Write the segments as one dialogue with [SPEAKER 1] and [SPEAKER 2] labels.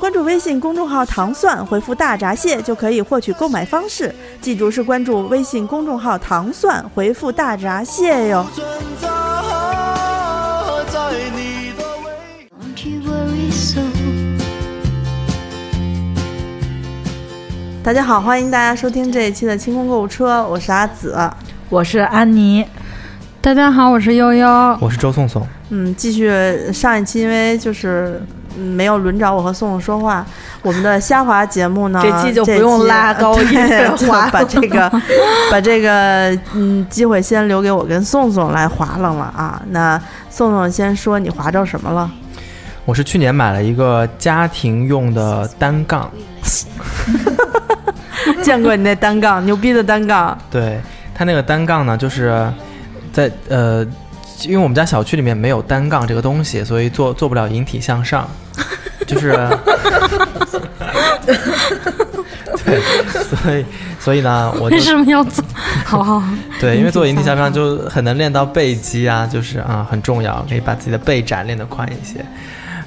[SPEAKER 1] 关注微信公众号“糖蒜”，回复“大闸蟹”就可以获取购买方式。记住是关注微信公众号“糖蒜”，回复“大闸蟹”哟。
[SPEAKER 2] 存在在你的微
[SPEAKER 3] Don't you worry so.
[SPEAKER 1] 大家好，欢迎大家收听这一期的清空购物车，我是阿紫。
[SPEAKER 4] 我是安妮，
[SPEAKER 5] 大家好，我是悠悠。
[SPEAKER 6] 我是周颂颂，
[SPEAKER 1] 嗯，继续上一期，因为就是嗯没有轮着我和宋宋说话，我们的虾滑节目呢，
[SPEAKER 4] 这期就不用
[SPEAKER 1] 期呃
[SPEAKER 4] 拉高音
[SPEAKER 1] 对
[SPEAKER 4] 乐
[SPEAKER 1] 就
[SPEAKER 4] 滑
[SPEAKER 1] 把这个 把这个嗯机会先留给我跟宋宋来划楞了啊。那宋宋先说你划着什么了？
[SPEAKER 6] 我是去年买了一个家庭用的单杠，
[SPEAKER 1] 见过你那单杠，牛逼的单杠，
[SPEAKER 6] 对它那个单杠呢，就是在呃，因为我们家小区里面没有单杠这个东西，所以做做不了引体向 上，就是， 对，所以所以呢，我 就
[SPEAKER 5] 为什么要做？好好好，
[SPEAKER 6] 对，因为做
[SPEAKER 5] 引
[SPEAKER 6] 引
[SPEAKER 5] 体
[SPEAKER 6] 体
[SPEAKER 5] 向
[SPEAKER 6] 向上就很能练到背肌啊，就是啊、很重要，可以把自己的背展练得宽一些。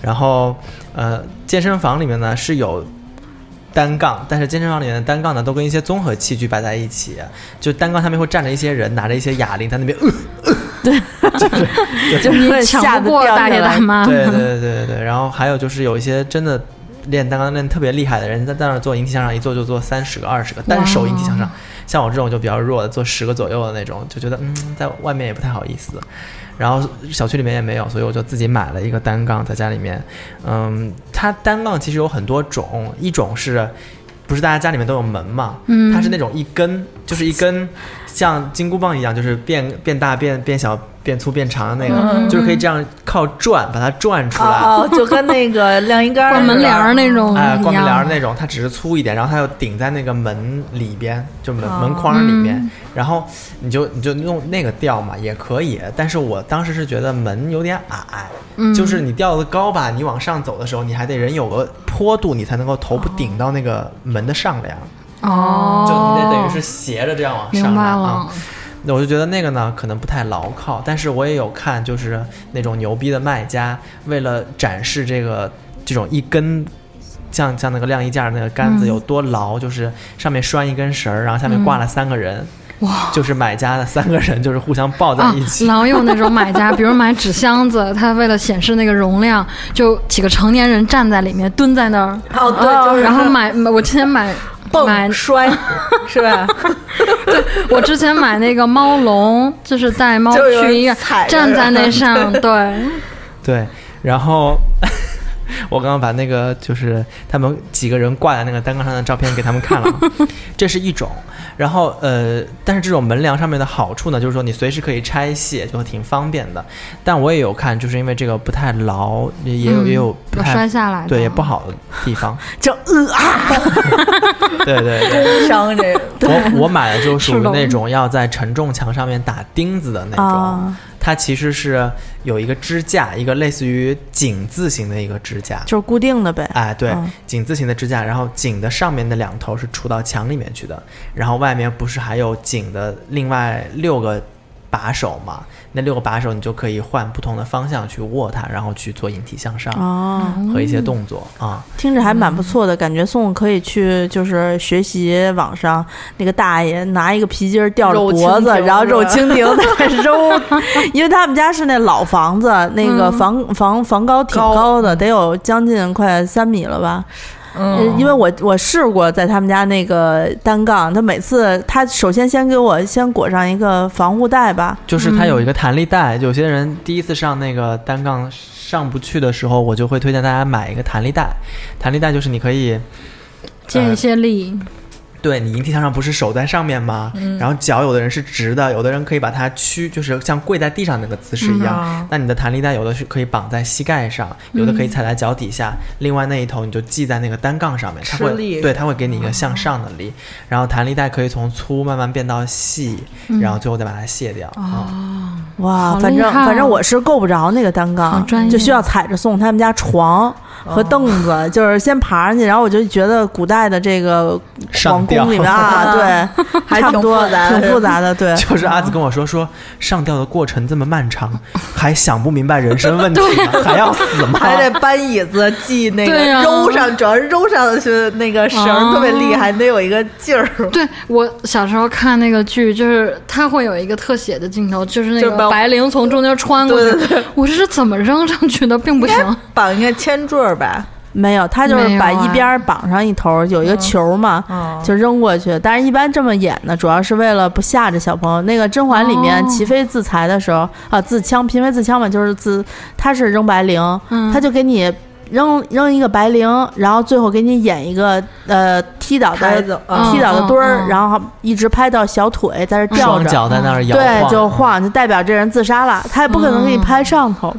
[SPEAKER 6] 然后呃，健身房里面呢是有单杠，但是健身房里面的单杠呢都跟一些综合器具摆在一起，就单杠上面会站着一些人，拿着一些哑铃在 那边。呃
[SPEAKER 1] 就是
[SPEAKER 5] 你抢不过大爷大妈。
[SPEAKER 6] 呃对对对对对。然后还有就是有一些真的练单杠练得特别厉害的人，在在那儿做引体向上，一做就做三十个、二十个，单手引体向上。像我这种就比较弱的，做十个左右的那种，就觉得嗯，在外面也不太好意思。然后小区里面也没有，所以我就自己买了一个单杠在家里面。嗯，它单杠其实有很多种，一种是。不是大家家里面都有门嘛？
[SPEAKER 5] 嗯
[SPEAKER 6] 它是那种一根，就是一根像金箍棒一样，就是变变大、变变小、变粗、变长的那个，就是可以这样靠转把它转出来。
[SPEAKER 4] 嗯哦，就跟那个晾衣杆
[SPEAKER 5] 挂门帘儿
[SPEAKER 4] 那
[SPEAKER 5] 那哦种一
[SPEAKER 6] 哎，
[SPEAKER 5] 样，
[SPEAKER 6] 挂门帘儿那种，它只是粗一点，然后它又顶在那个门里边，就门、门框里面，然后你就你就用那个吊嘛，也可以。但是我当时是觉得门有点矮，就是你吊的高吧，你往上走的时候，你还得人有个坡度，你才能够头部顶到那个门的上梁，
[SPEAKER 5] 哦，
[SPEAKER 6] 就你得等于是斜着这样往上
[SPEAKER 5] 明白
[SPEAKER 6] 拉
[SPEAKER 5] 了
[SPEAKER 6] 啊。。那我就觉得那个呢，可能不太牢靠，但是我也有看，就是那种牛逼的卖家，为了展示这个这种一根，像像那个晾衣架那个杆子
[SPEAKER 5] 嗯
[SPEAKER 6] 有多牢，就是上面拴一根绳儿，然后下面挂了三个人，哇，就是买家的三个人就是互相抱在
[SPEAKER 5] 啊
[SPEAKER 6] 一，起，
[SPEAKER 5] 老有那种买家，比如买纸箱子，他为了显示那个容量，就几个成年人站在里面，蹲在那儿。
[SPEAKER 4] 哦，对，就是
[SPEAKER 5] 然后买，买我之前买买
[SPEAKER 4] 蹦摔是吧？
[SPEAKER 5] 我之前买那个猫笼，就是带猫
[SPEAKER 4] 就有人
[SPEAKER 5] 去医院
[SPEAKER 4] 踩，着
[SPEAKER 5] 站在那上，对，
[SPEAKER 6] 对，然后 我刚刚把那个就是他们几个人挂在那个单杠上的照片给他们看了啊，这是一种。然后呃，但是这种门梁上面的好处呢，就是说你随时可以拆卸，就挺方便的。但我也有看，就是因为这个不太牢，也 也
[SPEAKER 5] 嗯
[SPEAKER 6] 有、也有不
[SPEAKER 5] 有
[SPEAKER 6] 太
[SPEAKER 5] 摔下来的，
[SPEAKER 6] 对也不好的地方。
[SPEAKER 1] 就呃 啊，
[SPEAKER 6] 对对对。
[SPEAKER 4] 工伤这个
[SPEAKER 6] 我我买的就属
[SPEAKER 5] 是
[SPEAKER 6] 于
[SPEAKER 5] 的
[SPEAKER 6] 那种要在承重墙上面打钉子的那种
[SPEAKER 4] 哦
[SPEAKER 1] 啊，
[SPEAKER 6] 它其实是有一个支架，一个类似于井字形的一个支架，
[SPEAKER 1] 就是固定的呗。
[SPEAKER 6] 哎，对
[SPEAKER 1] 嗯，
[SPEAKER 6] 井字形的支架，然后井的上面的两头是杵到墙里面去的，然后外面不是还有井的另外六个把手嘛？那六个把手你就可以换不同的方向去握它，然后去做引体向上
[SPEAKER 1] 哦，
[SPEAKER 6] 和一些动作啊。
[SPEAKER 1] 听着还蛮不错的，
[SPEAKER 4] 嗯
[SPEAKER 1] 感觉宋宋可以去就是学习网上那个大爷拿一个皮筋儿吊着
[SPEAKER 4] 肉
[SPEAKER 1] 脖子，
[SPEAKER 4] 蜻蜓
[SPEAKER 1] 然后肉
[SPEAKER 4] 是
[SPEAKER 1] 蜻蜓在 揉，因为他们家是那老房子，那个房、房房高挺
[SPEAKER 4] 嗯高
[SPEAKER 1] 高的，得有将近快三米了吧。呃
[SPEAKER 4] 嗯，
[SPEAKER 1] 因为我我试过在他们家那个单杠，他每次他首先先给我先裹上一个防护带吧，
[SPEAKER 6] 就是它有一个弹力带，有些人第一次上那个单杠上不去的时候，我就会推荐大家买一个弹力带。弹力带就是你可以
[SPEAKER 5] 借一些力，
[SPEAKER 6] 对你引体向上不是手在上面吗？然后脚有的人是直的，有的人可以把它屈，就是像跪在地上那个姿势一样。
[SPEAKER 4] 嗯
[SPEAKER 6] 那你的弹力带有的是可以绑在膝盖上，有的可以踩在脚底下，另外那一头你就系在那个单杠上面，它
[SPEAKER 4] 吃
[SPEAKER 6] 会
[SPEAKER 4] 力
[SPEAKER 6] 对它会给你一个向上的力。然后弹力带可以从粗慢慢变到细，然后最后再把它卸掉。嗯
[SPEAKER 1] 哇，
[SPEAKER 5] 好
[SPEAKER 1] 反
[SPEAKER 5] 厉
[SPEAKER 1] 正
[SPEAKER 5] 害哦
[SPEAKER 1] 反正我是够不着那个单
[SPEAKER 5] 好
[SPEAKER 1] 杠
[SPEAKER 5] 专，业
[SPEAKER 1] 就需要踩着送他们家床
[SPEAKER 6] 哦
[SPEAKER 1] 和凳子，就是先爬上去，然后我就觉得古代的这个皇
[SPEAKER 6] 上吊
[SPEAKER 1] 宫里面 啊， 对，
[SPEAKER 4] 还
[SPEAKER 1] 差不多
[SPEAKER 4] 挺复杂的
[SPEAKER 1] 挺复杂的，对。
[SPEAKER 6] 就是阿紫跟我说说，上吊的过程这么漫长，还想不明白人生问题吗？还要死吗？
[SPEAKER 4] 还得搬椅子系那
[SPEAKER 5] 对啊
[SPEAKER 4] 个
[SPEAKER 5] 呀
[SPEAKER 4] 揉上，主要是揉上去那个
[SPEAKER 1] 嗯
[SPEAKER 4] 绳儿
[SPEAKER 5] 啊
[SPEAKER 4] 特别厉害，得有一个劲儿，
[SPEAKER 5] 对我小时候看那个剧，就是它会有一个特写的镜头，就是那
[SPEAKER 4] 就
[SPEAKER 5] 个
[SPEAKER 4] 把
[SPEAKER 5] 白绫从中间穿过去，我这是怎么扔上去的，并不行。
[SPEAKER 4] 绑一个铅坠儿吧。
[SPEAKER 1] 没有，他就是把
[SPEAKER 5] 没有啊
[SPEAKER 1] 一边儿绑上一头，有一个球嘛，
[SPEAKER 4] 嗯
[SPEAKER 1] 就扔过去。但是，一般这么演呢，主要是为了不吓着小朋友。那个《甄嬛》里面，
[SPEAKER 5] 哦
[SPEAKER 1] 齐妃自裁的时候，啊，自枪，嫔妃自枪嘛，就是自，她是扔白绫，
[SPEAKER 5] 嗯
[SPEAKER 1] 她就给你扔扔一个白绫，然后最后给你演一个呃踢倒
[SPEAKER 4] 台
[SPEAKER 1] 的
[SPEAKER 4] 子
[SPEAKER 5] 嗯
[SPEAKER 1] 踢倒的墩儿，
[SPEAKER 5] 嗯嗯
[SPEAKER 1] 然后一直拍到小腿在这吊
[SPEAKER 6] 双
[SPEAKER 1] 着，嗯
[SPEAKER 6] 脚在那儿摇晃，
[SPEAKER 1] 对，就晃，就代表这人自杀了。他也不可能
[SPEAKER 5] 嗯
[SPEAKER 1] 给你拍上头。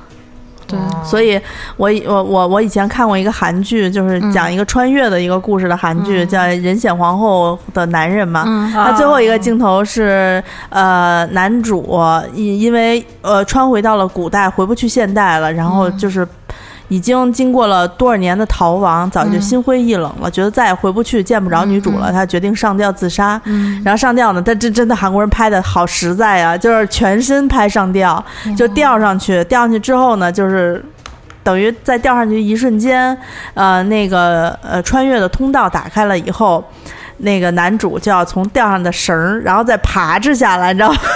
[SPEAKER 5] 对，
[SPEAKER 1] 所以我以，我我我以前看过一个韩剧，就是讲一个穿越的一个故事的韩剧，叫《人显皇后的男人》嘛。
[SPEAKER 5] 嗯
[SPEAKER 4] 啊哦
[SPEAKER 1] 他最后一个镜头是，呃，男主因因为呃穿回到了古代，回不去现代了，然后就是已经经过了多少年的逃亡，早就心灰意冷了，觉得再也回不去见不着女主了，他决定上吊自杀。
[SPEAKER 5] 嗯
[SPEAKER 1] 然后上吊呢，但这真的韩国人拍的好实在啊，就是全身拍上吊，就吊上去，吊上去之后呢，就是。等于在吊上去一瞬间，呃，那个呃穿越的通道打开了以后，那个男主就要从吊上的绳儿，然后再爬着下来，你知道吗？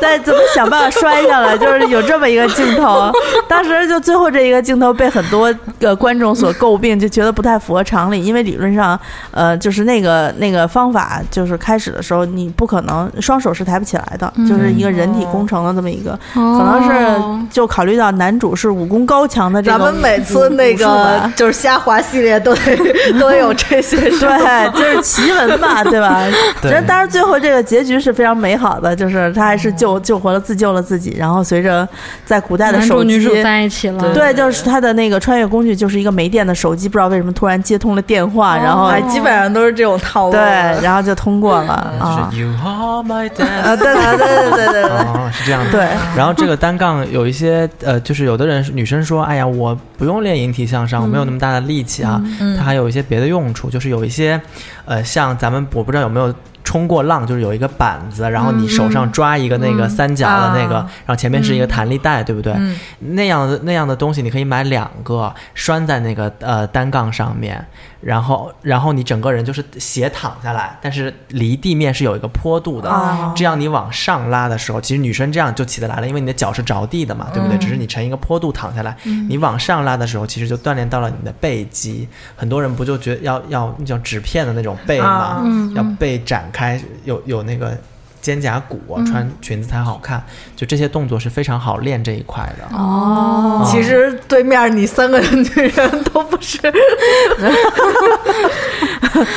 [SPEAKER 1] 再怎么想办法摔下来，就是有这么一个镜头。当时就最后这一个镜头被很多呃观众所诟病，就觉得不太符合常理，因为理论上，呃，就是那个那个方法，就是开始的时候你不可能双手是抬不起来的，就是一个人体工程的这么一个，可能是就考虑到男主是武功高强的这
[SPEAKER 4] 咱
[SPEAKER 1] 种
[SPEAKER 4] 们每次那
[SPEAKER 1] 武术
[SPEAKER 4] 个
[SPEAKER 1] 吧
[SPEAKER 4] 就是虾滑系列都 得都得有这些事儿，
[SPEAKER 1] 对，就是奇闻嘛，对吧？
[SPEAKER 6] 对
[SPEAKER 1] 这当然最后这个结局是非常美好的，就是他还是救救活了自救了自己，然后随着在古代的
[SPEAKER 5] 男
[SPEAKER 1] 手
[SPEAKER 5] 主
[SPEAKER 1] 机
[SPEAKER 5] 女主在一起了，
[SPEAKER 1] 对，就是他的那个穿越工具就是一个没电的手机，不知道为什么突然接通了电话，然后
[SPEAKER 4] 哎，基本上都哦是这种套
[SPEAKER 1] 嗯
[SPEAKER 4] 路。
[SPEAKER 1] 对，然后就通过了啊
[SPEAKER 6] 嗯
[SPEAKER 1] 呃
[SPEAKER 6] 就是 You are my destiny。
[SPEAKER 4] 啊，对对对对对对，
[SPEAKER 6] 哦，是这样的。
[SPEAKER 1] 对。
[SPEAKER 6] 然后这个单杠有一些呃，就是有的人女生说，哎呀，我不用练引体向上，我没有那么大的力气啊。它还有一些别的用处，就是有一些呃，像咱们我不知道有没有。冲过浪就是有一个板子，然后你手上抓一个那个三角的那个，
[SPEAKER 4] 啊
[SPEAKER 6] 然后前面是一个弹力带，对不对？那样的那样的东西你可以买两个，拴在那个呃单杠上面，然后然后你整个人就是斜躺下来，但是离地面是有一个坡度的，
[SPEAKER 1] 啊
[SPEAKER 6] 这样你往上拉的时候，其实女生这样就起得来了，因为你的脚是着地的嘛，对不对？只是你呈一个坡度躺下来，你往上拉的时候，其实就锻炼到了你的背肌。很多人不就觉得要要那叫纸片的那种背嘛
[SPEAKER 4] 啊，
[SPEAKER 6] 要背展开，有有那个。肩胛骨、穿裙子才好看，就这些动作是非常好练这一块的。
[SPEAKER 1] 嗯
[SPEAKER 5] 哦，
[SPEAKER 4] 其实对面你三个女人都不 是，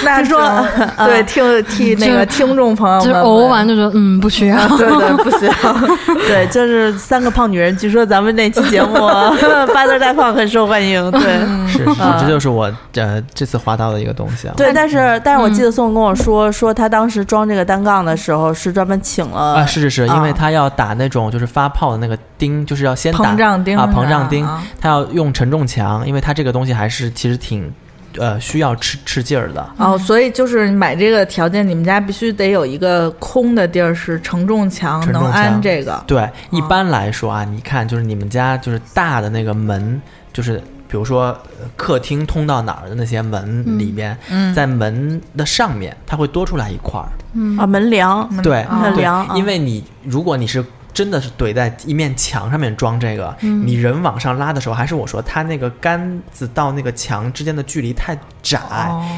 [SPEAKER 4] 那
[SPEAKER 1] 说嗯
[SPEAKER 4] 说对听替那个
[SPEAKER 5] 就
[SPEAKER 4] 听众朋友
[SPEAKER 5] 就是
[SPEAKER 4] 们，
[SPEAKER 5] 偶完就觉得嗯不需要，
[SPEAKER 4] 对对不需要，
[SPEAKER 1] 对，就是三个胖女人，据说咱们那期节目八字儿带胖很受欢迎，对。
[SPEAKER 6] 是是是，
[SPEAKER 4] 嗯
[SPEAKER 6] 这就是我呃这次滑到的一个东西啊。
[SPEAKER 1] 对，但
[SPEAKER 4] 嗯
[SPEAKER 1] 是但是我记
[SPEAKER 6] 嗯
[SPEAKER 1] 得宋总跟我说，说他当时装这个单杠的时候是专门请了
[SPEAKER 6] 啊，是是
[SPEAKER 4] 嗯
[SPEAKER 6] 是，因为
[SPEAKER 1] 啊
[SPEAKER 6] 他要打那种就是发泡的那个钉，就是要先打
[SPEAKER 4] 膨胀钉
[SPEAKER 6] 啊，
[SPEAKER 4] 是吧
[SPEAKER 6] 膨胀钉
[SPEAKER 4] 啊，
[SPEAKER 6] 他要用承重墙，因为他这个东西还是其实挺呃需要吃吃劲儿的。
[SPEAKER 4] 哦，
[SPEAKER 5] 嗯
[SPEAKER 4] 所以就是买这个条件，你们家必须得有一个空的地儿是承重墙，
[SPEAKER 6] 承重
[SPEAKER 4] 能
[SPEAKER 6] 墙
[SPEAKER 4] 安这个。
[SPEAKER 6] 对，一
[SPEAKER 4] 嗯
[SPEAKER 6] 般来说啊，你看就是你们家就是大的那个门，就是。比如说，呃客厅通到哪儿的那些
[SPEAKER 4] 嗯
[SPEAKER 6] 门里边，在门的上面，它会多出来一块儿。
[SPEAKER 1] 啊门梁，
[SPEAKER 6] 对，
[SPEAKER 1] 很
[SPEAKER 6] 对
[SPEAKER 1] 凉啊
[SPEAKER 6] 因为你如果你是真的是怼在一面墙上面装这个，你人往上拉的时候，还是我说它那个杆子到那个墙之间的距离太窄，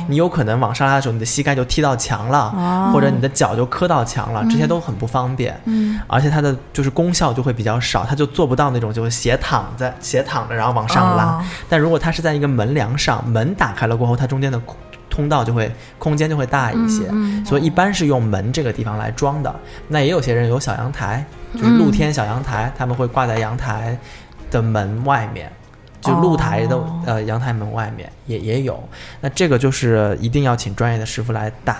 [SPEAKER 6] 你有可能往上拉的时候，你的膝盖就踢到墙了，或者你的脚就磕到墙了，这些都很不方便。嗯，而且它的就是功效就会比较少，它就做不到那种就是斜躺在斜躺着然后往上拉。
[SPEAKER 4] 哦
[SPEAKER 6] 但如果它是在一个门梁上，门打开了过后，它中间的空。通道就会空间就会大一些，
[SPEAKER 5] 嗯
[SPEAKER 6] 所以一般是用门这个地方来装的。那也有些人有小阳台，就是露
[SPEAKER 1] 嗯
[SPEAKER 6] 天小阳台，他们会挂在阳台的门外面。就露台的、
[SPEAKER 1] 哦
[SPEAKER 6] 呃阳台门外面也也有，那这个就是一定要请专业的师傅来打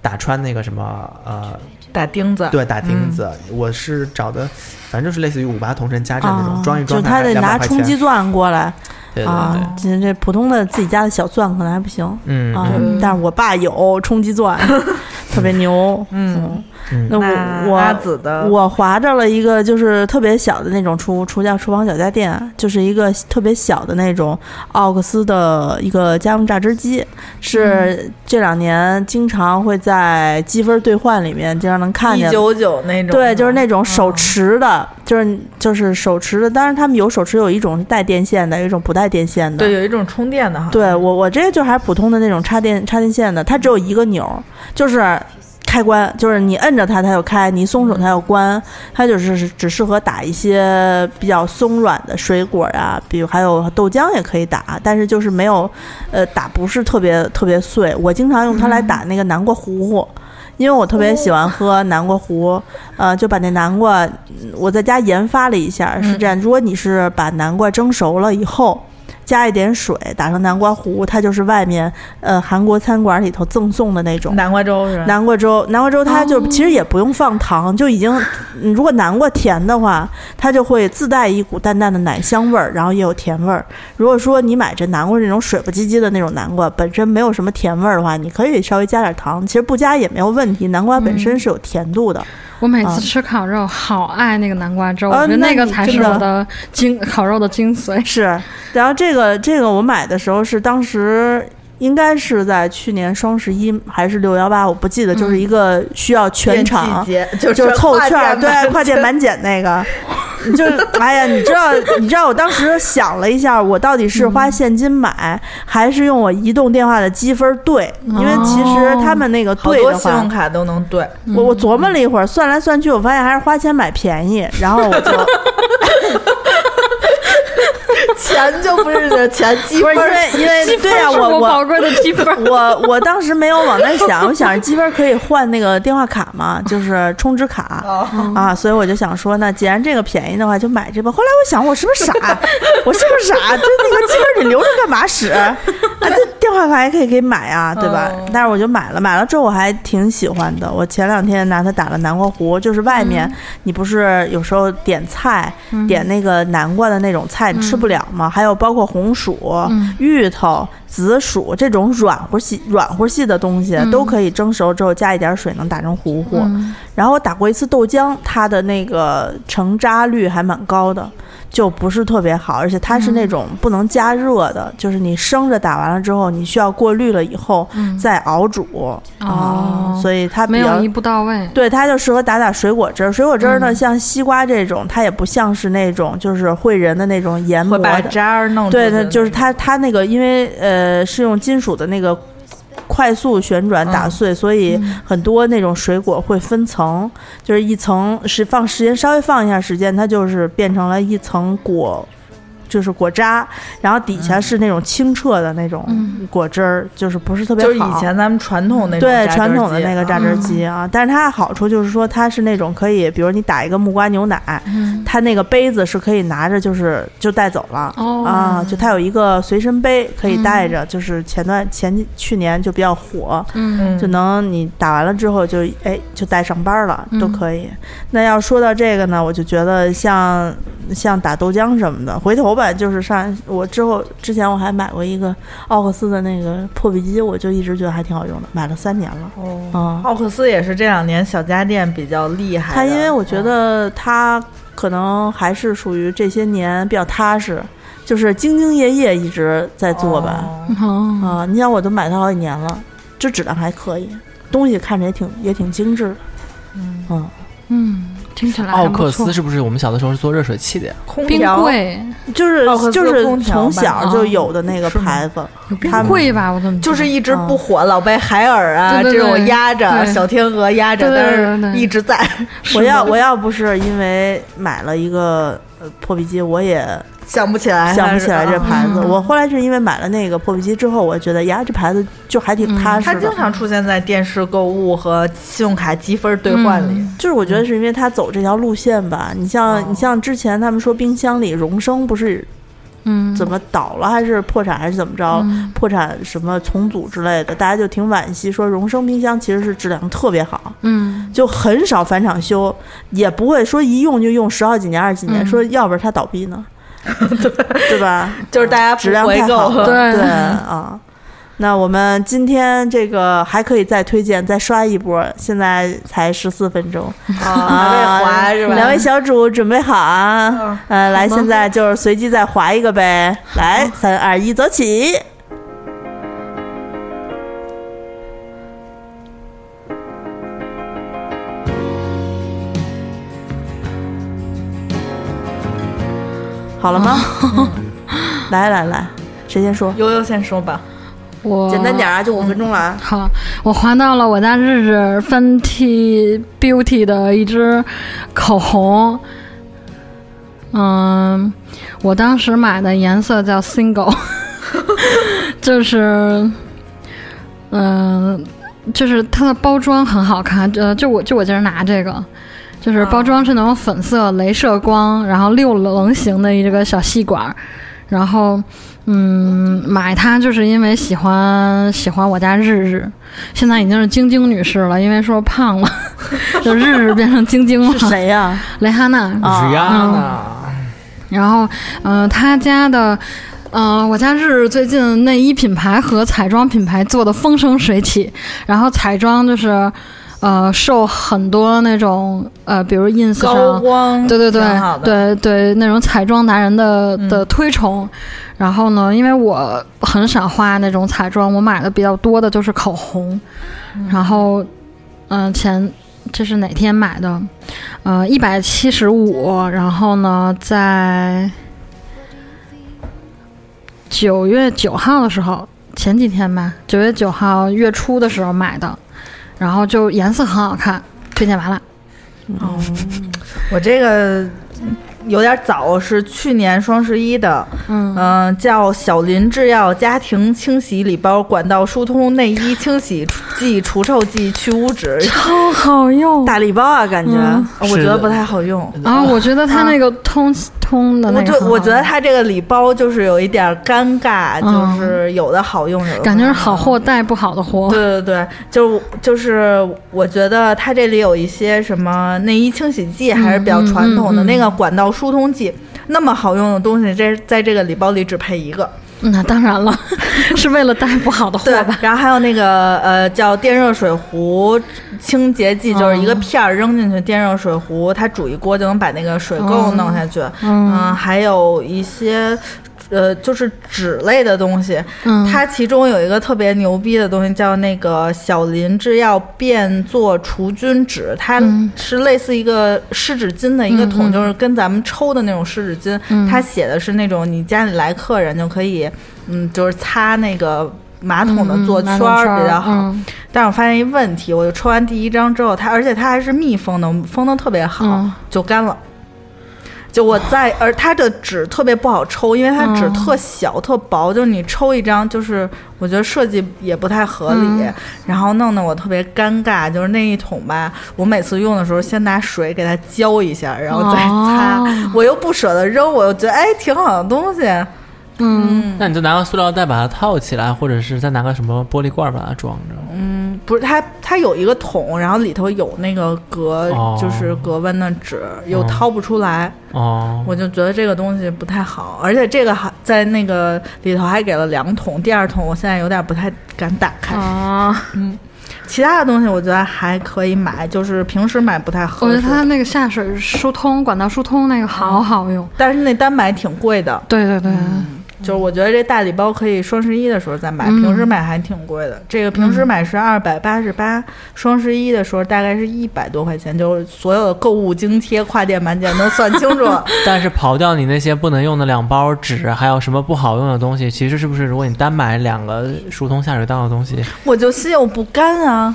[SPEAKER 6] 打穿那个什么呃
[SPEAKER 4] 打钉子，
[SPEAKER 6] 对，打钉子，
[SPEAKER 1] 嗯
[SPEAKER 6] 我是找的，反正就是类似于五八同城加站那种，
[SPEAKER 1] 啊，
[SPEAKER 6] 装一
[SPEAKER 1] 就
[SPEAKER 6] 装
[SPEAKER 1] 他得
[SPEAKER 6] 两
[SPEAKER 1] 拿
[SPEAKER 6] 百块
[SPEAKER 1] 冲击
[SPEAKER 6] 钱。
[SPEAKER 1] 钻过来
[SPEAKER 6] 对对对，
[SPEAKER 1] 啊，这这普通的自己家的小钻可能还不行
[SPEAKER 6] 嗯
[SPEAKER 1] 啊
[SPEAKER 6] 嗯，
[SPEAKER 1] 但是我爸有冲击 钻，特别牛。
[SPEAKER 4] 嗯，
[SPEAKER 6] 嗯
[SPEAKER 1] 那
[SPEAKER 4] 那
[SPEAKER 1] 我我
[SPEAKER 4] 阿紫的
[SPEAKER 1] 我划着了一个就是特别小的那种厨厨叫厨房小家电，就是一个特别小的那种奥克斯的一个家用榨汁机，是这两年经常会在积分兑换里面经常能看
[SPEAKER 4] 一
[SPEAKER 1] 见。
[SPEAKER 4] 九九那种，
[SPEAKER 1] 对，就是那种手持的，就是就是手持的。当然，他们有手持，有一种是带电线的，有一种不带电线的。
[SPEAKER 4] 对，有一种充电的哈，
[SPEAKER 1] 对我我这个就还是普通的那种插电插电线的，它只有一个钮儿，就是开关，就是你摁着它它就开，你一松手它就关，它就是只适合打一些比较松软的水果啊，比如还有豆浆也可以打，但是就是没有呃打不是特别特别碎。我经常用它来打那个南瓜糊糊。因为我特别喜欢喝南瓜糊，呃，就把那南瓜嗯我在家研发了一下，是这样：如果你是把南瓜蒸熟了以后，加一点水打成南瓜糊，它就是外面呃韩国餐馆里头赠送的那种。
[SPEAKER 4] 南瓜粥是吧？
[SPEAKER 1] 南瓜粥，南瓜粥它就其实也不用放糖，就已经，嗯如果南瓜甜的话，它就会自带一股淡淡的奶香味儿，然后也有甜味儿。如果说你买这南瓜这种水不唧唧的那种南瓜，本身没有什么甜味儿的话，你可以稍微加点糖，其实不加也没有问题。南瓜本身是有甜度的，
[SPEAKER 5] 我每
[SPEAKER 1] 啊
[SPEAKER 5] 次吃烤肉，好爱那个南瓜粥，
[SPEAKER 1] 啊
[SPEAKER 5] 我觉得
[SPEAKER 1] 那
[SPEAKER 5] 那个
[SPEAKER 1] 你
[SPEAKER 5] 才
[SPEAKER 1] 真
[SPEAKER 5] 是
[SPEAKER 1] 的
[SPEAKER 5] 我的精烤肉的精髓。
[SPEAKER 1] 是。然后这个这个我买的时候是当时。应该是在去年双十一还是六幺八，我不记得，就是一个需要全
[SPEAKER 4] 嗯电器
[SPEAKER 1] 场
[SPEAKER 4] 节就是
[SPEAKER 1] 就是凑
[SPEAKER 4] 跨
[SPEAKER 1] 券儿，
[SPEAKER 4] 店
[SPEAKER 1] 对，
[SPEAKER 4] 满
[SPEAKER 1] 跨店满减那个，就是哎呀，你知道，你知道，我当时想了一下，我到底是
[SPEAKER 4] 嗯
[SPEAKER 1] 花现金买，还是用我移动电话的积分兑？因为其实他们那个
[SPEAKER 4] 哦好
[SPEAKER 1] 兑
[SPEAKER 4] 多
[SPEAKER 1] 的
[SPEAKER 4] 信
[SPEAKER 1] 话
[SPEAKER 4] 用，卡嗯都能 兑，
[SPEAKER 1] 我我琢磨了一会儿，算来算去，我发现还是花钱买便宜，然后 我就
[SPEAKER 4] 钱就不 是钱，积
[SPEAKER 1] 不
[SPEAKER 4] 分
[SPEAKER 1] 是因为因为对 呀、
[SPEAKER 5] 是
[SPEAKER 1] 我我
[SPEAKER 5] 宝贵的积分儿。
[SPEAKER 1] 我我当时没有往那想，我想着积分可以换那个电话卡嘛，就是充值卡、啊，所以我就想说，那既然这个便宜的话，就买这吧。后来我想，我是不是傻？我是不是傻？就那个积分你留着干嘛使？啊，这电话卡也可以给买啊，对吧？但是我就买了，买了之后我还挺喜欢的。我前两天拿它打了南瓜糊，就是外面你不是有时候点菜、点那个南瓜的那种菜，你吃不了吗？还有包括红薯、芋头、紫薯这种软乎系软乎系的东西，都可以蒸熟之后加一点水，能打成糊糊。然后我打过一次豆浆，它的那个成渣率还蛮高的，就不是特别好，而且它是那种不能加热的，
[SPEAKER 5] 嗯
[SPEAKER 1] 就是你生着打完了之后，你需要过滤了以后、再熬煮。
[SPEAKER 5] 嗯哦
[SPEAKER 1] 所以它比
[SPEAKER 5] 没
[SPEAKER 1] 较
[SPEAKER 5] 有一步嗯到位，
[SPEAKER 1] 对，它就适合打打水果汁儿。水果汁儿呢，像西瓜这种，它也不像是那种就是会人的那种研磨
[SPEAKER 4] 会把
[SPEAKER 1] 的。
[SPEAKER 4] 渣儿弄出
[SPEAKER 1] 对，
[SPEAKER 4] 去的那
[SPEAKER 1] 它
[SPEAKER 4] 种，
[SPEAKER 1] 就是它它那个，因为呃是用金属的那个快速旋转
[SPEAKER 4] 嗯
[SPEAKER 1] 打碎，所以很多那种水果会分层，就是一层是放时间稍微放一下时间，它就是变成了一层果。就是果渣，然后底下
[SPEAKER 4] 嗯
[SPEAKER 1] 是那种清澈的那种果汁儿，就是不是特别好。
[SPEAKER 4] 就是以前咱们传统那种
[SPEAKER 1] 对
[SPEAKER 4] 榨汁
[SPEAKER 1] 传统的
[SPEAKER 4] 机
[SPEAKER 1] 那个榨汁机啊，但是它的好处就是说它是那种可以，比如你打一个木瓜牛奶，它那个杯子是可以拿着，就是就带走了、
[SPEAKER 5] 哦
[SPEAKER 1] 啊，就它有一个随身杯可以带着，就是前段前去年就比较火，
[SPEAKER 4] 嗯
[SPEAKER 1] 就能你打完了之后就哎就带上班了、都可以。那要说到这个呢，我就觉得像像打豆浆什么的，回头吧，就是上我之后之前我还买过一个奥克斯的那个破壁机，我就一直觉得还挺好用的，买了三年了。哦，啊，
[SPEAKER 4] 奥克斯也是这两年小家电比较厉害的。嗯
[SPEAKER 1] 它因为我觉得它可能还是属于这些年比较踏实，就是兢兢业业一直在做吧。
[SPEAKER 5] 哦，
[SPEAKER 1] 啊，你想我都买它好几年了，这质量还可以，东西看着也挺也挺精致的。嗯，
[SPEAKER 5] 嗯，听起来还
[SPEAKER 6] 奥
[SPEAKER 5] 不
[SPEAKER 6] 克
[SPEAKER 5] 错
[SPEAKER 6] 斯是不是我们小的时候是做热水器的呀？
[SPEAKER 4] 空
[SPEAKER 5] 冰
[SPEAKER 4] 调啊
[SPEAKER 5] 柜
[SPEAKER 1] 就是
[SPEAKER 4] 奥克斯
[SPEAKER 1] 就是
[SPEAKER 4] 空调
[SPEAKER 1] 从
[SPEAKER 4] 吧啊
[SPEAKER 1] 小就
[SPEAKER 5] 哦
[SPEAKER 1] 有的那个
[SPEAKER 4] 是吗
[SPEAKER 1] 牌 子，
[SPEAKER 5] 冰
[SPEAKER 1] 他们
[SPEAKER 5] 柜吧，我怎么
[SPEAKER 4] 就是
[SPEAKER 5] 知
[SPEAKER 4] 一
[SPEAKER 1] 嗯
[SPEAKER 4] 直不火，老被海尔啊
[SPEAKER 5] 对对
[SPEAKER 4] 这
[SPEAKER 5] 对
[SPEAKER 4] 种压着，
[SPEAKER 5] 对
[SPEAKER 4] 小天鹅压着，
[SPEAKER 5] 对对对对
[SPEAKER 4] 但是
[SPEAKER 5] 对
[SPEAKER 4] 一直在。
[SPEAKER 5] 道
[SPEAKER 1] 我要
[SPEAKER 5] 是吗
[SPEAKER 1] 我要不是因为买了一个呃破壁机，我也
[SPEAKER 4] 想不起来，
[SPEAKER 1] 想不起来这牌
[SPEAKER 4] 啊
[SPEAKER 1] 子。
[SPEAKER 5] 嗯
[SPEAKER 1] 我后来是因为买了那个破壁机之后，我觉得呀，这牌子就还挺踏实
[SPEAKER 4] 嗯它
[SPEAKER 1] 的。
[SPEAKER 4] 经常出现在电视购物和信用卡积分兑换里。
[SPEAKER 1] 就是我觉得是因为他走这条路线吧。你像、
[SPEAKER 4] 哦
[SPEAKER 1] 你像之前他们说冰箱里荣升不是
[SPEAKER 5] 嗯，
[SPEAKER 1] 怎么倒了，还是破产还是怎么着，
[SPEAKER 5] 嗯
[SPEAKER 1] 破产什么重组之类的，大家就挺惋惜，说荣升冰箱其实是质量特别好。
[SPEAKER 5] 嗯
[SPEAKER 1] 就很少返厂修，也不会说一用就用十好几年、二十几年，
[SPEAKER 5] 嗯
[SPEAKER 1] 说要不然它倒闭 呢，对吧？
[SPEAKER 4] 就是大家不
[SPEAKER 1] 质量
[SPEAKER 4] 回
[SPEAKER 1] 太
[SPEAKER 4] 购
[SPEAKER 1] 好了，
[SPEAKER 5] 对
[SPEAKER 1] 对啊。那我们今天这个还可以再推荐，再刷一波，现在才十四分钟
[SPEAKER 4] 啊，
[SPEAKER 1] 啊！
[SPEAKER 4] 被划是吧？
[SPEAKER 1] 两位小主准备好嗯啊？呃，来，现在就是随机再划一个呗。来，三二一，走起！好了吗？ 来来来，谁先说？
[SPEAKER 4] 悠悠先说吧，
[SPEAKER 5] 我
[SPEAKER 1] 简单点啊，就五分钟了啊。
[SPEAKER 5] 好，我划到了我家日日 Fenty Beauty 的一支口红，嗯，我当时买的颜色叫 Single，就是，嗯、就是它的包装很好看，呃，就我就我今儿拿这个。就是包装是那种粉色镭射光，然后六棱形的一个小细管儿，然后嗯，买它就是因为喜欢喜欢我家日日，现在已经是晶晶女士了，因为说胖了， 就日日变成晶晶了。
[SPEAKER 1] 嗯是谁呀？
[SPEAKER 5] 蕾哈娜。
[SPEAKER 1] 啊
[SPEAKER 6] 瑞安娜，
[SPEAKER 5] 然后，嗯、她家的，嗯、我家日日最近内衣品牌和彩妆品牌做的风生水起，然后彩妆就是，呃，受很多那种呃，比如 ins
[SPEAKER 4] 高
[SPEAKER 5] 上
[SPEAKER 4] 光
[SPEAKER 5] 对对对
[SPEAKER 4] 嗯挺好的嗯
[SPEAKER 5] 对对，那种彩妆达人的的推崇。然后呢，因为我很少画那种彩妆，我买的比较多的就是口红。然后，嗯、前这是哪天买的？呃，一百七十五。然后呢，在九月九号的时候，前几天吧，九月九号月初的时候买的，然后就颜色很好看，推荐完了。
[SPEAKER 4] 我这个有点早，是去年双十一的，
[SPEAKER 5] 嗯
[SPEAKER 4] 嗯、叫小林制药家庭清洗礼包管道疏通内衣清洗剂除臭剂去污 酯，
[SPEAKER 5] 超好用
[SPEAKER 1] 大礼包啊，感觉
[SPEAKER 5] 嗯
[SPEAKER 4] 我
[SPEAKER 6] 是
[SPEAKER 4] 觉
[SPEAKER 6] 的
[SPEAKER 4] 得不太好用。
[SPEAKER 5] 啊，我觉得它那个通、通的
[SPEAKER 4] 我
[SPEAKER 5] 那个
[SPEAKER 4] 就
[SPEAKER 5] 很好用，
[SPEAKER 4] 哦我觉得它这个礼包就是有一点尴尬，
[SPEAKER 5] 嗯
[SPEAKER 4] 就是有的好用，有的
[SPEAKER 5] 感觉是
[SPEAKER 4] 不
[SPEAKER 5] 好
[SPEAKER 4] 用
[SPEAKER 5] 货带不好的货。
[SPEAKER 4] 对对对，就是就是，我觉得它这里有一些什么内衣清洗剂还是比较传统的，
[SPEAKER 5] 嗯嗯嗯嗯
[SPEAKER 4] 那个管道疏通剂那么好用的东西，这在这个礼包里只配一个。
[SPEAKER 5] 那当然 了，是为了带不好的货
[SPEAKER 4] 对
[SPEAKER 5] 吧，？
[SPEAKER 4] 然后还有那个呃叫电热水壶清洁剂，就是
[SPEAKER 5] 嗯
[SPEAKER 4] 一个片儿扔进去电热水壶，它煮一锅就能把那个水垢弄下去。嗯、还有一些。呃，就是纸类的东西，
[SPEAKER 5] 嗯
[SPEAKER 4] 它其中有一个特别牛逼的东西，叫那个小林制药变做除菌纸，它
[SPEAKER 5] 嗯
[SPEAKER 4] 是类似一个湿纸巾的一个桶，就是跟咱们抽的那种湿纸巾。
[SPEAKER 5] 嗯
[SPEAKER 4] 它写的是那种你家里来客人就可以，嗯，就是擦那个马桶的坐
[SPEAKER 5] 嗯马桶
[SPEAKER 4] 圈
[SPEAKER 5] 圈
[SPEAKER 4] 儿
[SPEAKER 5] 儿
[SPEAKER 4] 比较好。
[SPEAKER 5] 嗯
[SPEAKER 4] 但是我发现一问题，我就抽完第一张之后，它而且它还是密封的，封的特别好，
[SPEAKER 5] 嗯
[SPEAKER 4] 就干了。就我 在，而它的纸特别不好抽，因为它纸
[SPEAKER 5] 嗯
[SPEAKER 4] 特小、特薄，就是你抽一张，就是我觉得设计也不太合理，
[SPEAKER 5] 嗯
[SPEAKER 4] 然后弄得我特别尴尬。就是那一桶吧，我每次用的时候先拿水给它浇一下，然后再擦，
[SPEAKER 5] 哦
[SPEAKER 4] 我又不舍得扔，我又觉得哎挺好的东西，
[SPEAKER 5] 嗯，
[SPEAKER 6] 那你就拿个塑料袋把它套起来，或者是再拿个什么玻璃罐把它装着。
[SPEAKER 1] 嗯
[SPEAKER 4] 不是它，它有一个桶，然后里头有那个隔，
[SPEAKER 6] 哦
[SPEAKER 4] 就是隔温的纸，又
[SPEAKER 6] 嗯
[SPEAKER 4] 掏不出来，
[SPEAKER 6] 哦，
[SPEAKER 4] 我就觉得这个东西不太好。而且这个还在那个里头还给了两桶，第二桶我现在有点不太敢打开。
[SPEAKER 5] 啊，
[SPEAKER 4] 其他的东西我觉得还可以买，就是平时买不太合
[SPEAKER 5] 我觉
[SPEAKER 4] 适。
[SPEAKER 5] 得它那个下水疏通管道疏通那个好好用。
[SPEAKER 4] 但是那单买挺贵的，
[SPEAKER 5] 对对对，
[SPEAKER 4] 就是我觉得这大礼包可以双十一的时候再买，
[SPEAKER 5] 嗯
[SPEAKER 4] 平时买还挺贵的。这个平
[SPEAKER 1] 嗯
[SPEAKER 4] 时买是二百八十八，双十一的时候大概是一百多块钱，就是所有的购物津贴、跨店满减都算清楚了。
[SPEAKER 6] 但是刨掉你那些不能用的两包纸，还有什么不好用的东西，其实是不是如果你单买两个疏通下水道的东西，
[SPEAKER 4] 我就心有不甘啊，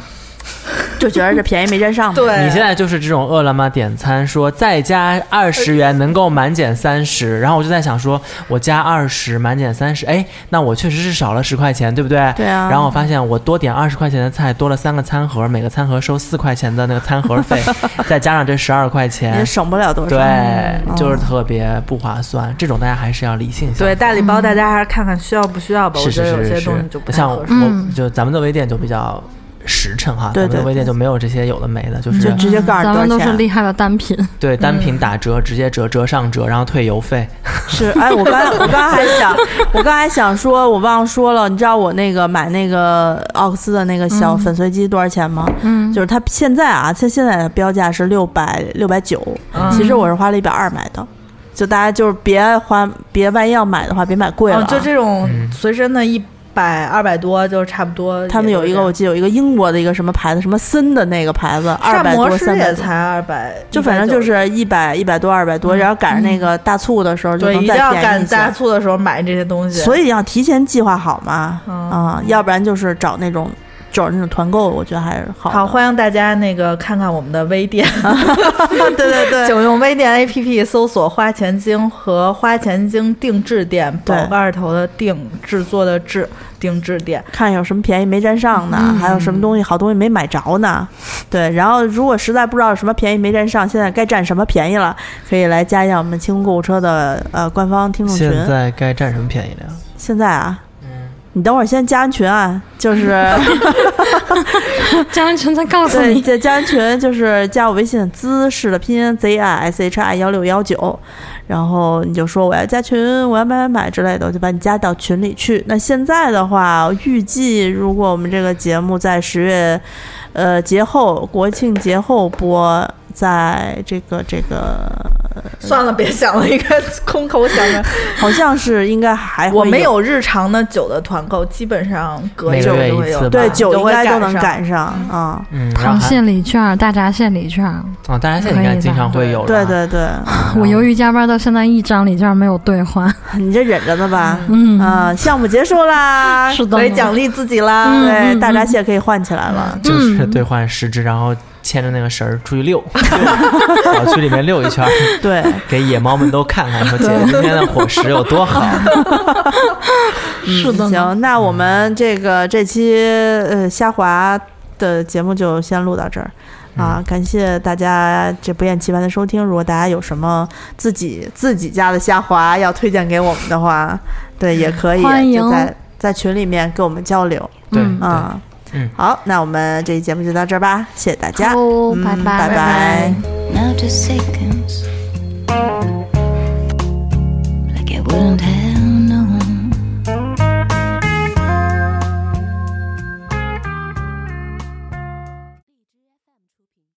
[SPEAKER 1] 就觉得这便宜没占上嘛。
[SPEAKER 4] 对，
[SPEAKER 6] 你现在就是这种饿了么点餐，说再加二十元能够满减三十，然后我就在想说，我加二十满减三十，哎，那我确实是少了十块钱，对不对？
[SPEAKER 1] 对啊
[SPEAKER 6] 然后我发现我多点二十块钱的菜，多了三个餐盒，每个餐盒收四块钱的那个餐盒费，再加上这十二块
[SPEAKER 1] 也
[SPEAKER 6] 钱，
[SPEAKER 1] 省不了多少。
[SPEAKER 6] 对，就是特别不划算。这种大家还是要理性消
[SPEAKER 4] 哦对
[SPEAKER 6] 费。
[SPEAKER 4] 大礼包，大家还是看看需要不需要吧。
[SPEAKER 6] 是是
[SPEAKER 4] 我觉得有
[SPEAKER 6] 是
[SPEAKER 4] 些
[SPEAKER 6] 是
[SPEAKER 4] 东西就不
[SPEAKER 6] 不
[SPEAKER 4] 太
[SPEAKER 6] 像
[SPEAKER 4] 合
[SPEAKER 6] 我
[SPEAKER 4] 适。
[SPEAKER 5] 嗯
[SPEAKER 6] 就咱们的微店就比较实诚哈，
[SPEAKER 1] 对
[SPEAKER 6] 咱们
[SPEAKER 1] 对
[SPEAKER 6] 的微店就没有这些有的没的，就是
[SPEAKER 1] 就直接告诉
[SPEAKER 5] 咱
[SPEAKER 1] 你
[SPEAKER 5] 们
[SPEAKER 1] 多
[SPEAKER 5] 都
[SPEAKER 1] 少
[SPEAKER 5] 是
[SPEAKER 1] 钱。
[SPEAKER 5] 厉害的单 品，
[SPEAKER 6] 对单
[SPEAKER 4] 嗯
[SPEAKER 6] 品打折，直接折折上折，然后退邮费。
[SPEAKER 1] 是，哎，我刚才我刚还想，我刚还想说，我忘说了，你知道我那个买那个奥克斯的那个小
[SPEAKER 4] 嗯
[SPEAKER 1] 粉碎机多少钱吗？
[SPEAKER 5] 嗯，
[SPEAKER 1] 就是它现在啊，它现在的标价是六百六百九，
[SPEAKER 4] 嗯
[SPEAKER 1] 其实我是花了一百二买的。就大家就是别花，别万一要买的话，别买贵了啊、
[SPEAKER 4] 哦，就这种
[SPEAKER 6] 嗯
[SPEAKER 4] 随身的一百二百多，就差不多也就这样。
[SPEAKER 1] 他们有一个，我记得有一个英国的一个什么牌子，什么森的那个牌子，二
[SPEAKER 4] 膳
[SPEAKER 1] 百
[SPEAKER 4] 魔
[SPEAKER 1] 多、
[SPEAKER 4] 师
[SPEAKER 1] 三
[SPEAKER 4] 也
[SPEAKER 1] 百多，
[SPEAKER 4] 才二百，嗯
[SPEAKER 1] 就反正就是一百一百多、二百多，然后赶上那个大促的时候就
[SPEAKER 4] 对，一
[SPEAKER 1] 能
[SPEAKER 4] 定
[SPEAKER 1] 再
[SPEAKER 4] 要
[SPEAKER 1] 便宜
[SPEAKER 4] 赶
[SPEAKER 1] 一
[SPEAKER 4] 大
[SPEAKER 1] 些。
[SPEAKER 4] 促的时候买这些东西。
[SPEAKER 1] 所以要提前计划好嘛，啊、
[SPEAKER 4] 嗯
[SPEAKER 1] 要不然就是找那种找那种团购，我觉得还是好的。
[SPEAKER 4] 好，欢迎大家那个看看我们的微 店，
[SPEAKER 1] 对对对，
[SPEAKER 4] 请用微店 APP 搜索“花钱精”和“花钱精定制店”，宝
[SPEAKER 1] 对
[SPEAKER 4] 盖头的定，制作的制，定制店。
[SPEAKER 1] 看有什么便宜没占上呢，还有什么东西好东西没买着呢，对。然后如果实在不知道有什么便宜没占上，现在该占什么便宜了，可以来加一下我们清空购物车的呃官方听众群。
[SPEAKER 6] 现在该占什么便宜了呀？
[SPEAKER 1] 现在啊，你等会儿先加完群啊，就是
[SPEAKER 5] 加完群再告 诉
[SPEAKER 1] 对，
[SPEAKER 5] 你。
[SPEAKER 1] 加加完群就是加我微信姿势的拼音 z i s h i 幺六幺九，然后你就说我要加群，我要买买买之类的，我就把你加到群里去。那现在的话，预计如果我们这个节目在十月，呃节后国庆节后播，在这个这个
[SPEAKER 4] 算了，别想了，应该空口想 着。
[SPEAKER 1] 好像是应该还会
[SPEAKER 4] 我们哎有日常的酒的团购，基本上隔
[SPEAKER 6] 每
[SPEAKER 4] 一
[SPEAKER 6] 个
[SPEAKER 4] 周
[SPEAKER 6] 月
[SPEAKER 4] 就
[SPEAKER 6] 一
[SPEAKER 4] 会有
[SPEAKER 6] 次吧
[SPEAKER 4] 吧，
[SPEAKER 1] 对酒
[SPEAKER 4] 就
[SPEAKER 1] 应
[SPEAKER 4] 会
[SPEAKER 1] 该都
[SPEAKER 4] 赶
[SPEAKER 1] 能
[SPEAKER 4] 上。
[SPEAKER 1] 赶上啊、
[SPEAKER 6] 嗯，然后
[SPEAKER 5] 螃
[SPEAKER 6] 还
[SPEAKER 5] 蟹礼券、大闸蟹礼券，
[SPEAKER 4] 啊
[SPEAKER 6] 哦，大家现在应该经常会有了。
[SPEAKER 1] 对对 对，
[SPEAKER 5] 我由于加班到现在一张礼券没有兑换。
[SPEAKER 1] 你这忍着呢吧？
[SPEAKER 5] 嗯，
[SPEAKER 1] 啊，项目结束 啦，
[SPEAKER 5] 是的，
[SPEAKER 4] 可以奖励自己啦。
[SPEAKER 5] 嗯
[SPEAKER 1] 啊对，大闸蟹可以换起来了。
[SPEAKER 6] 就是兑换十只，然后牵着那个绳儿出去遛， 小区里面遛一圈儿，
[SPEAKER 1] 对，
[SPEAKER 6] 给野猫们都看看，说姐姐今天的伙食有多好。
[SPEAKER 5] 是的呢，嗯
[SPEAKER 1] 行，那我们这个这期呃虾滑的节目就先录到这儿。
[SPEAKER 5] 嗯
[SPEAKER 1] 啊，感谢大家这不厌其烦的收听。如果大家有什么自己自己家的虾滑要推荐给我们的话，对，也可以
[SPEAKER 5] 欢迎
[SPEAKER 1] 就在在群里面跟我们交流。
[SPEAKER 6] 对，
[SPEAKER 5] 嗯
[SPEAKER 6] 对
[SPEAKER 1] 啊，
[SPEAKER 6] 嗯
[SPEAKER 1] 好，那我们这期节目就到这儿吧，谢谢大家，
[SPEAKER 5] 好
[SPEAKER 1] 嗯
[SPEAKER 5] 拜
[SPEAKER 1] 拜
[SPEAKER 5] 拜拜
[SPEAKER 1] 拜
[SPEAKER 5] 拜
[SPEAKER 3] now just seconds like I wouldn't have